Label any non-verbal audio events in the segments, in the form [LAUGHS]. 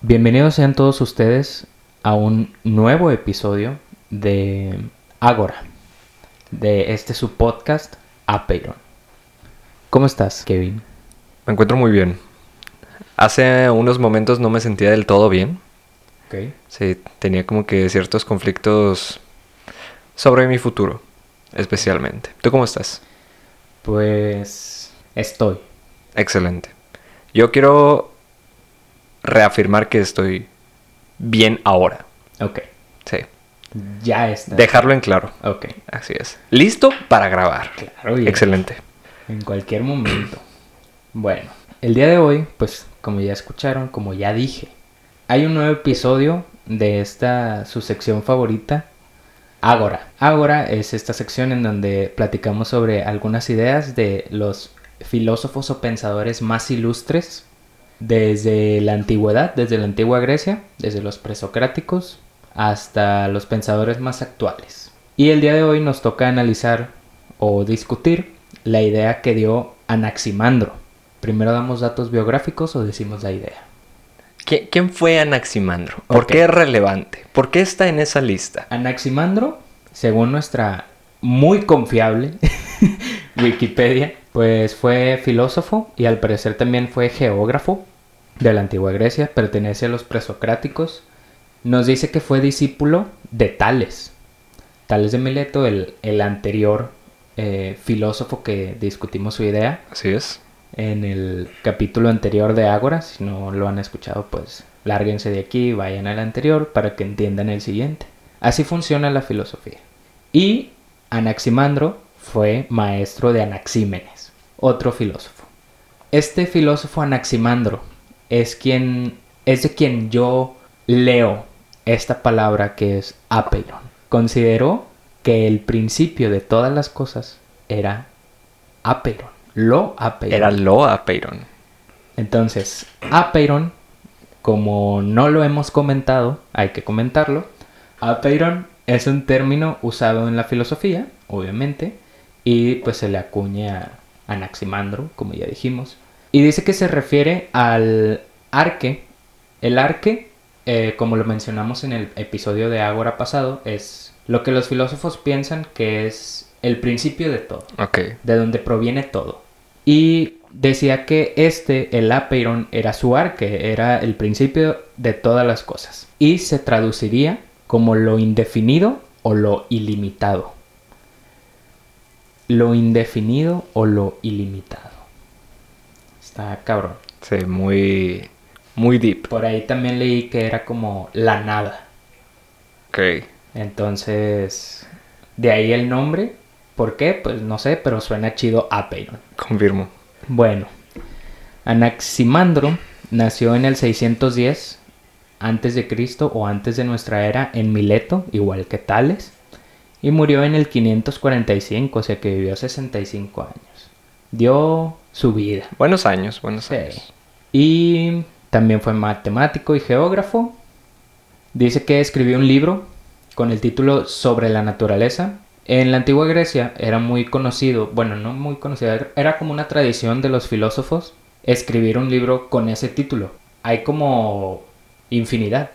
Bienvenidos sean todos ustedes a un nuevo episodio de Ágora, de este su podcast Apeiron. ¿Cómo estás, Kevin? Me encuentro muy bien. Hace unos momentos no me sentía del todo bien. Ok. Sí, tenía como que ciertos conflictos sobre mi futuro, especialmente. ¿Tú cómo estás? Pues estoy. Excelente. Yo quiero reafirmar que estoy bien ahora. Ok. Sí. Ya está. Dejarlo en claro. Ok. Así es. Listo para grabar. Claro, bien. Excelente. En cualquier momento. Bueno, el día de hoy, pues como ya escucharon, como ya dije, hay un nuevo episodio de esta su sección favorita, Ágora. Ágora es esta sección en donde platicamos sobre algunas ideas de los filósofos o pensadores más ilustres desde la antigüedad, desde la antigua Grecia, desde los presocráticos hasta los pensadores más actuales. Y el día de hoy nos toca analizar o discutir la idea que dio Anaximandro. Primero damos datos biográficos o decimos la idea. ¿Qui- ¿Quién fue Anaximandro? ¿Por Ok. qué es relevante? ¿Por qué está en esa lista? Anaximandro, según nuestra muy confiable [LAUGHS] Wikipedia, pues fue filósofo y al parecer también fue geógrafo de la antigua Grecia, pertenece a los presocráticos. Nos dice que fue discípulo de Tales. Tales de Mileto, el, el anterior eh, filósofo que discutimos su idea Así es. en el capítulo anterior de Ágora. Si no lo han escuchado, pues lárguense de aquí, vayan al anterior para que entiendan el siguiente. Así funciona la filosofía. Y Anaximandro fue maestro de Anaxímenes, otro filósofo. Este filósofo Anaximandro es quien es de quien yo leo esta palabra que es apeiron. Consideró que el principio de todas las cosas era apeiron, lo apeiron. Era Loa Peyron. Entonces, Apeiron, como no lo hemos comentado, hay que comentarlo. Apeiron es un término usado en la filosofía, obviamente, y pues se le acuña a Anaximandro, como ya dijimos. Y dice que se refiere al arque. El arque, eh, como lo mencionamos en el episodio de Ágora pasado, es lo que los filósofos piensan que es el principio de todo Ok. de donde proviene todo. Y decía que este, el Apeiron, era su arque, era el principio de todas las cosas. Y se traduciría como lo indefinido o lo ilimitado. Lo indefinido o lo ilimitado. Está cabrón. Sí, muy, muy deep. Por ahí también leí que era como la nada. Ok. Entonces, de ahí el nombre. ¿Por qué? Pues no sé, pero suena chido Apeiron. Confirmo. Bueno, Anaximandro nació en el 610 antes de Cristo o antes de nuestra era en Mileto, igual que Tales, y murió en el 545, o sea que vivió 65 años. Dio su vida. Buenos años, buenos Sí. años. Y también fue matemático y geógrafo. Dice que escribió un libro con el título Sobre la naturaleza. En la antigua Grecia era muy conocido, bueno, no muy conocido, era- era como una tradición de los filósofos escribir un libro con ese título. Hay como infinidad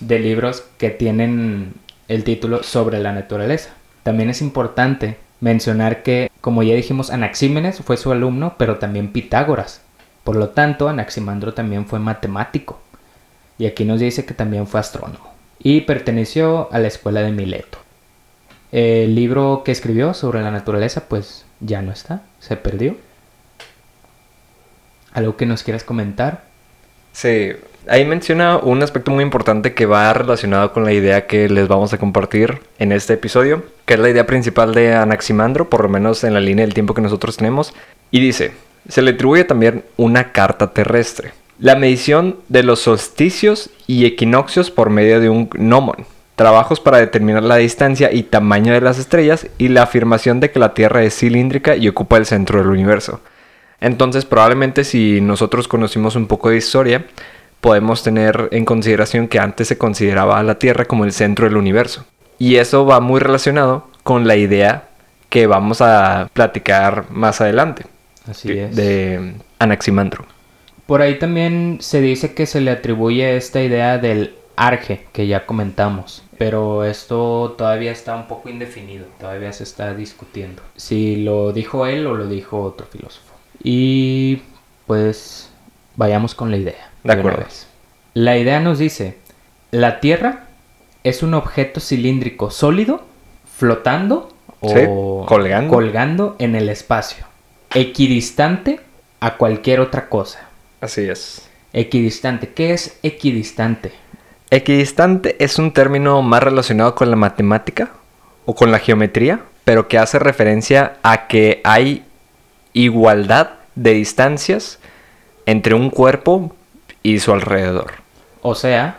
de libros que tienen el título sobre la naturaleza. También es importante mencionar que, como ya dijimos, Anaxímenes fue su alumno, pero también Pitágoras. Por lo tanto, Anaximandro también fue matemático. Y aquí nos dice que también fue astrónomo. Y perteneció a la escuela de Mileto. El libro que escribió sobre la naturaleza, pues ya no está, se perdió. ¿Algo que nos quieras comentar? Sí. Ahí menciona un aspecto muy importante que va relacionado con la idea que les vamos a compartir en este episodio, que es la idea principal de Anaximandro, por lo menos en la línea del tiempo que nosotros tenemos. Y dice, se le atribuye también una carta terrestre, la medición de los solsticios y equinoccios por medio de un gnomon, trabajos para determinar la distancia y tamaño de las estrellas y la afirmación de que la Tierra es cilíndrica y ocupa el centro del universo. Entonces, probablemente si nosotros conocimos un poco de historia, podemos tener en consideración que antes se consideraba a la Tierra como el centro del universo. Y eso va muy relacionado con la idea que vamos a platicar más adelante Así es. de Anaximandro. Por ahí también se dice que se le atribuye esta idea del arge que ya comentamos, pero esto todavía está un poco indefinido, todavía se está discutiendo si lo dijo él o lo dijo otro filósofo. Y pues vayamos con la idea. De una acuerdo. vez. La idea nos dice, la Tierra es un objeto cilíndrico sólido flotando o Sí, colgando. colgando en el espacio, equidistante a cualquier otra cosa. Así es. Equidistante. ¿Qué es equidistante? Equidistante es un término más relacionado con la matemática o con la geometría, pero que hace referencia a que hay igualdad de distancias entre un cuerpo y su alrededor. O sea,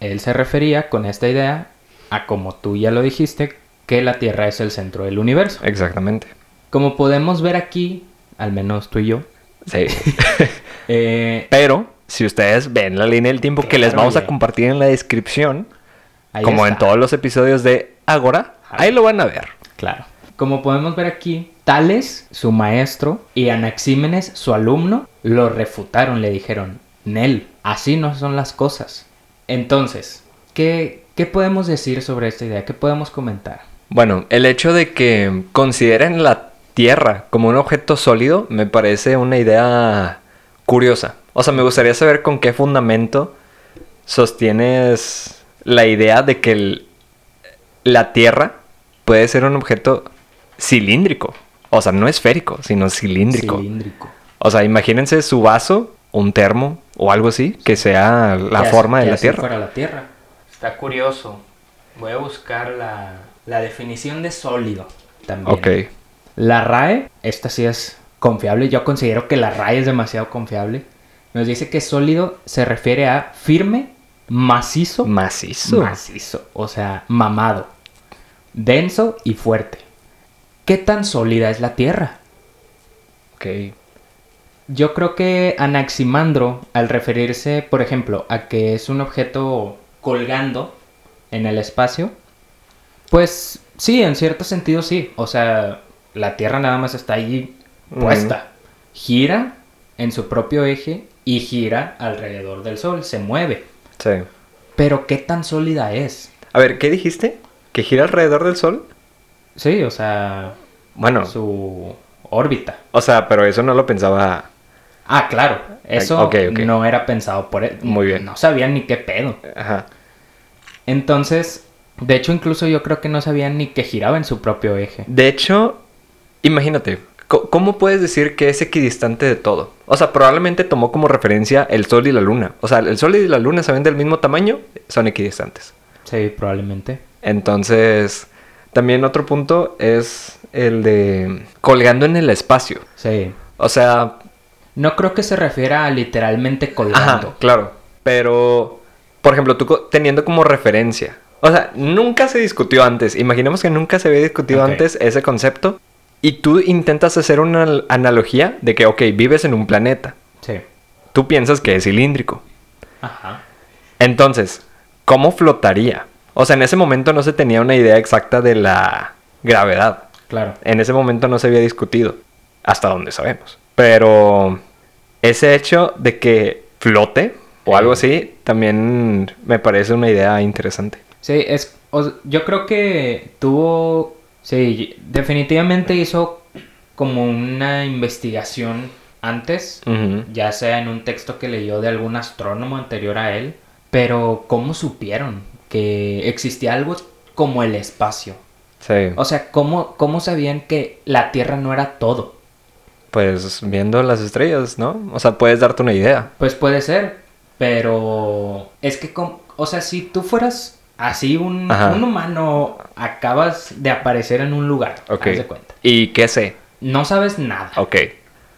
él se refería con esta idea a, como tú ya lo dijiste, que la Tierra es el centro del universo. Exactamente. Como podemos ver aquí, al menos tú y yo, [LAUGHS] Sí. eh, pero si ustedes ven la línea del tiempo que les Claro, vamos a güey. compartir en la descripción, ahí como en está. todos los episodios de Agora, Ajá. ahí lo van a ver. Claro. Como podemos ver aquí, Tales, su maestro, y Anaxímenes, su alumno, lo refutaron, le dijeron, Nel, así no son las cosas. Entonces, ¿qué, qué podemos decir sobre esta idea? ¿Qué podemos comentar? Bueno, el hecho de que consideren la Tierra como un objeto sólido me parece una idea curiosa. O sea, me gustaría saber con qué fundamento sostienes la idea de que el- la Tierra puede ser un objeto cilíndrico. O sea, no esférico, sino cilíndrico. Cilíndrico. O sea, imagínense su vaso, un termo o algo así, que sea la Que as- forma de que la así Tierra. fuera la Tierra. Está curioso. Voy a buscar la, la definición de sólido también. Ok. La RAE, esta sí es confiable, yo considero que la RAE es demasiado confiable. Nos dice que sólido se refiere a firme, macizo, Macizo. macizo, o sea, mamado, denso y fuerte. ¿Qué tan sólida es la Tierra? Ok. Yo creo que Anaximandro, al referirse, por ejemplo, a que es un objeto colgando en el espacio, pues sí, en cierto sentido sí. O sea, la Tierra nada más está ahí puesta. Gira en su propio eje y gira alrededor del Sol, se mueve. Sí. Pero ¿qué tan sólida es? A ver, ¿qué dijiste? ¿Que gira alrededor del Sol? Sí, o sea, Bueno, su órbita. o sea, pero eso no lo pensaba. Ah, claro, eso ok, ok. no era pensado por él. Muy bien. No sabían ni qué pedo. Ajá. Entonces, de hecho, incluso yo creo que no sabían ni que giraba en su propio eje. De hecho, imagínate, co- ¿cómo puedes decir que es equidistante de todo? O sea, probablemente tomó como referencia el Sol y la Luna. O sea, el Sol y la Luna se ven del mismo tamaño, son equidistantes. Sí, probablemente. Entonces, también otro punto es el de colgando en el espacio. Sí. O sea, No creo que se refiera a literalmente colgando. Ajá, claro. Pero, por ejemplo, tú co- teniendo como referencia. O sea, nunca se discutió antes. Imaginemos que nunca se había discutido Ok. antes ese concepto. Y tú intentas hacer una al- analogía de que, ok, vives en un planeta. Sí. Tú piensas que es cilíndrico. Ajá. Entonces, ¿cómo flotaría? O sea, en ese momento no se tenía una idea exacta de la gravedad. Claro. En ese momento no se había discutido, hasta donde sabemos. Pero ese hecho de que flote o algo así también me parece una idea interesante. Sí, es. o- yo creo que tuvo. Sí, definitivamente hizo como una investigación antes, ya sea en un texto que leyó de algún astrónomo anterior a él. Pero, ¿cómo supieron que existía algo como el espacio? Sí. O sea, ¿cómo, ¿cómo sabían que la Tierra no era todo? Pues viendo las estrellas, ¿no? O sea, puedes darte una idea. Pues puede ser, pero es que, com- o sea, si tú fueras así, un, Ajá. un humano, acabas de aparecer en un lugar, Ok. haz de cuenta. ¿Y qué sé? No sabes nada, Ok,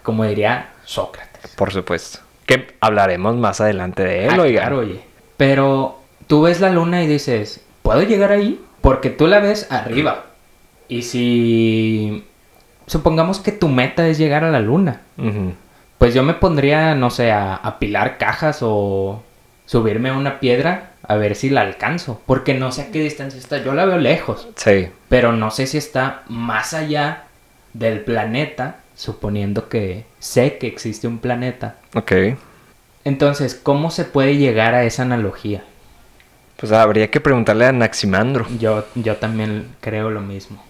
como diría Sócrates. por supuesto. Que hablaremos más adelante de él, Ah, oiga. claro, oye. Pero tú ves la luna y dices, ¿puedo llegar ahí? Porque tú la ves arriba. Y si... Supongamos que tu meta es llegar a la luna. Ujú. Pues yo me pondría, no sé, a a apilar cajas o subirme a una piedra a ver si la alcanzo. Porque no sé a qué distancia está. Yo la veo lejos. Sí. Pero no sé si está más allá del planeta. Suponiendo que sé que existe un planeta. Ok. Entonces, ¿cómo se puede llegar a esa analogía? Pues habría que preguntarle a Anaximandro. Yo, yo también creo lo mismo.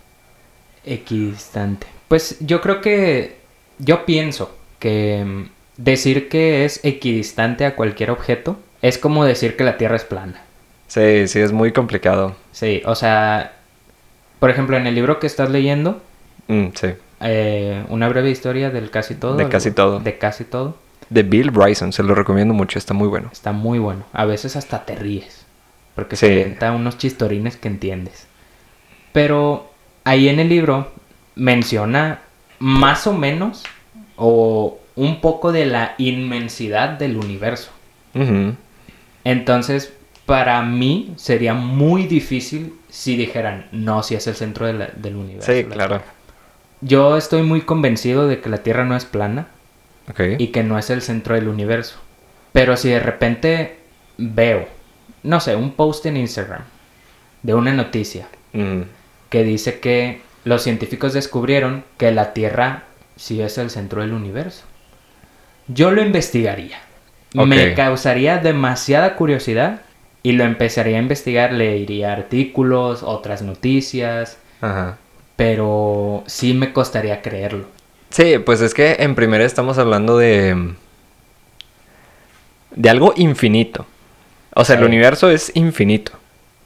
Equidistante. Pues yo creo que. Yo pienso que mm, decir que es equidistante a cualquier objeto es como decir que la Tierra es plana. Sí, sí, es muy complicado. Sí, o sea. Por ejemplo, en el libro que estás leyendo, Mm, sí. eh, Una breve historia del casi todo. De algo- casi todo. De casi todo. De Bill Bryson, se lo recomiendo mucho, está muy bueno. Está muy bueno. A veces hasta te ríes. Porque Sí. se cuenta unos chistorines que entiendes. Pero ahí en el libro menciona más o menos o un poco de la inmensidad del universo. Ujú. Entonces, para mí sería muy difícil si dijeran, no, si es el centro de la- del universo. Sí, la claro. Tierra". Yo estoy muy convencido de que la Tierra no es plana Ok. y que no es el centro del universo. Pero si de repente veo, no sé, un post en Instagram de una noticia Mm, que dice que los científicos descubrieron que la Tierra sí es el centro del universo. Yo lo investigaría. Me Ok. causaría demasiada curiosidad y lo empezaría a investigar, leería artículos, otras noticias, Ajá. pero sí me costaría creerlo. Sí, pues es que en primera estamos hablando de. de algo infinito. O sea, el Sí. universo es infinito.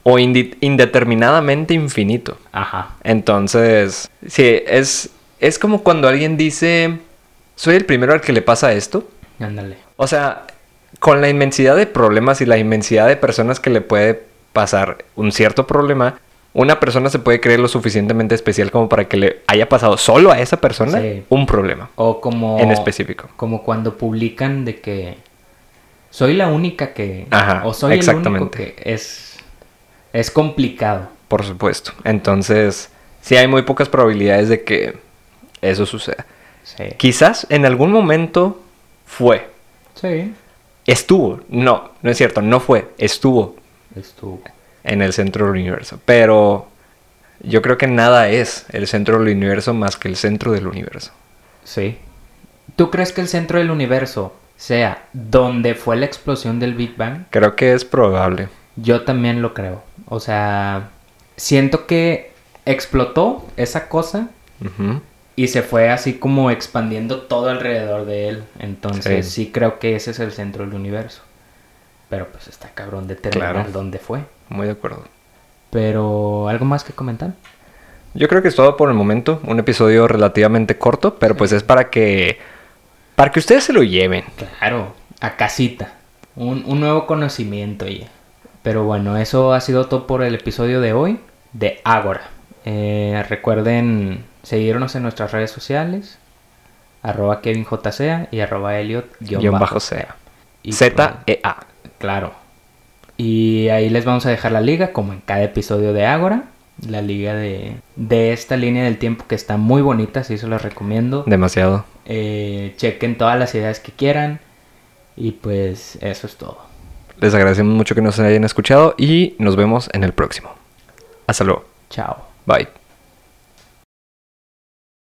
O indi- indeterminadamente infinito. Ajá. Entonces, sí, es, es como cuando alguien dice, soy el primero al que le pasa esto. Ándale. O sea, con la inmensidad de problemas y la inmensidad de personas que le puede pasar un cierto problema, una persona se puede creer lo suficientemente especial como para que le haya pasado solo a esa persona Sí. un problema O como... en específico. Como cuando publican de que soy la única que... Ajá, o soy el único exactamente. que es... Es complicado. Por supuesto. Entonces, sí hay muy pocas probabilidades de que eso suceda. Sí. Quizás en algún momento fue, Sí. Estuvo, no, no es cierto, no fue, estuvo Estuvo. en el centro del universo. Pero yo creo que nada es el centro del universo más que el centro del universo. Sí. ¿Tú crees que el centro del universo sea donde fue la explosión del Big Bang? Creo que es probable. Yo también lo creo. O sea, siento que explotó esa cosa Ujú. y se fue así como expandiendo todo alrededor de él. Entonces Sí. sí, creo que ese es el centro del universo. Pero pues está cabrón determinar Claro. dónde fue. Muy de acuerdo. Pero, ¿algo más que comentar? Yo creo que es todo por el momento. Un episodio relativamente corto, pero pues es para que. Para que ustedes se lo lleven. Claro, a casita. Un, un nuevo conocimiento ya. Pero bueno, eso ha sido todo por el episodio de hoy de Ágora. Eh, recuerden seguirnos en nuestras redes sociales. Arroba KevinJCA y arroba Elliot guión Guión bajo. bajo sea. Y Z-E-A. Claro. Y ahí les vamos a dejar la liga, como en cada episodio de Ágora. La liga de, de esta línea del tiempo que está muy bonita, así se los recomiendo. Demasiado. Eh, chequen todas las ideas que quieran. Y pues eso es todo. Les agradecemos mucho que nos hayan escuchado y nos vemos en el próximo. Hasta luego. Chao. Bye.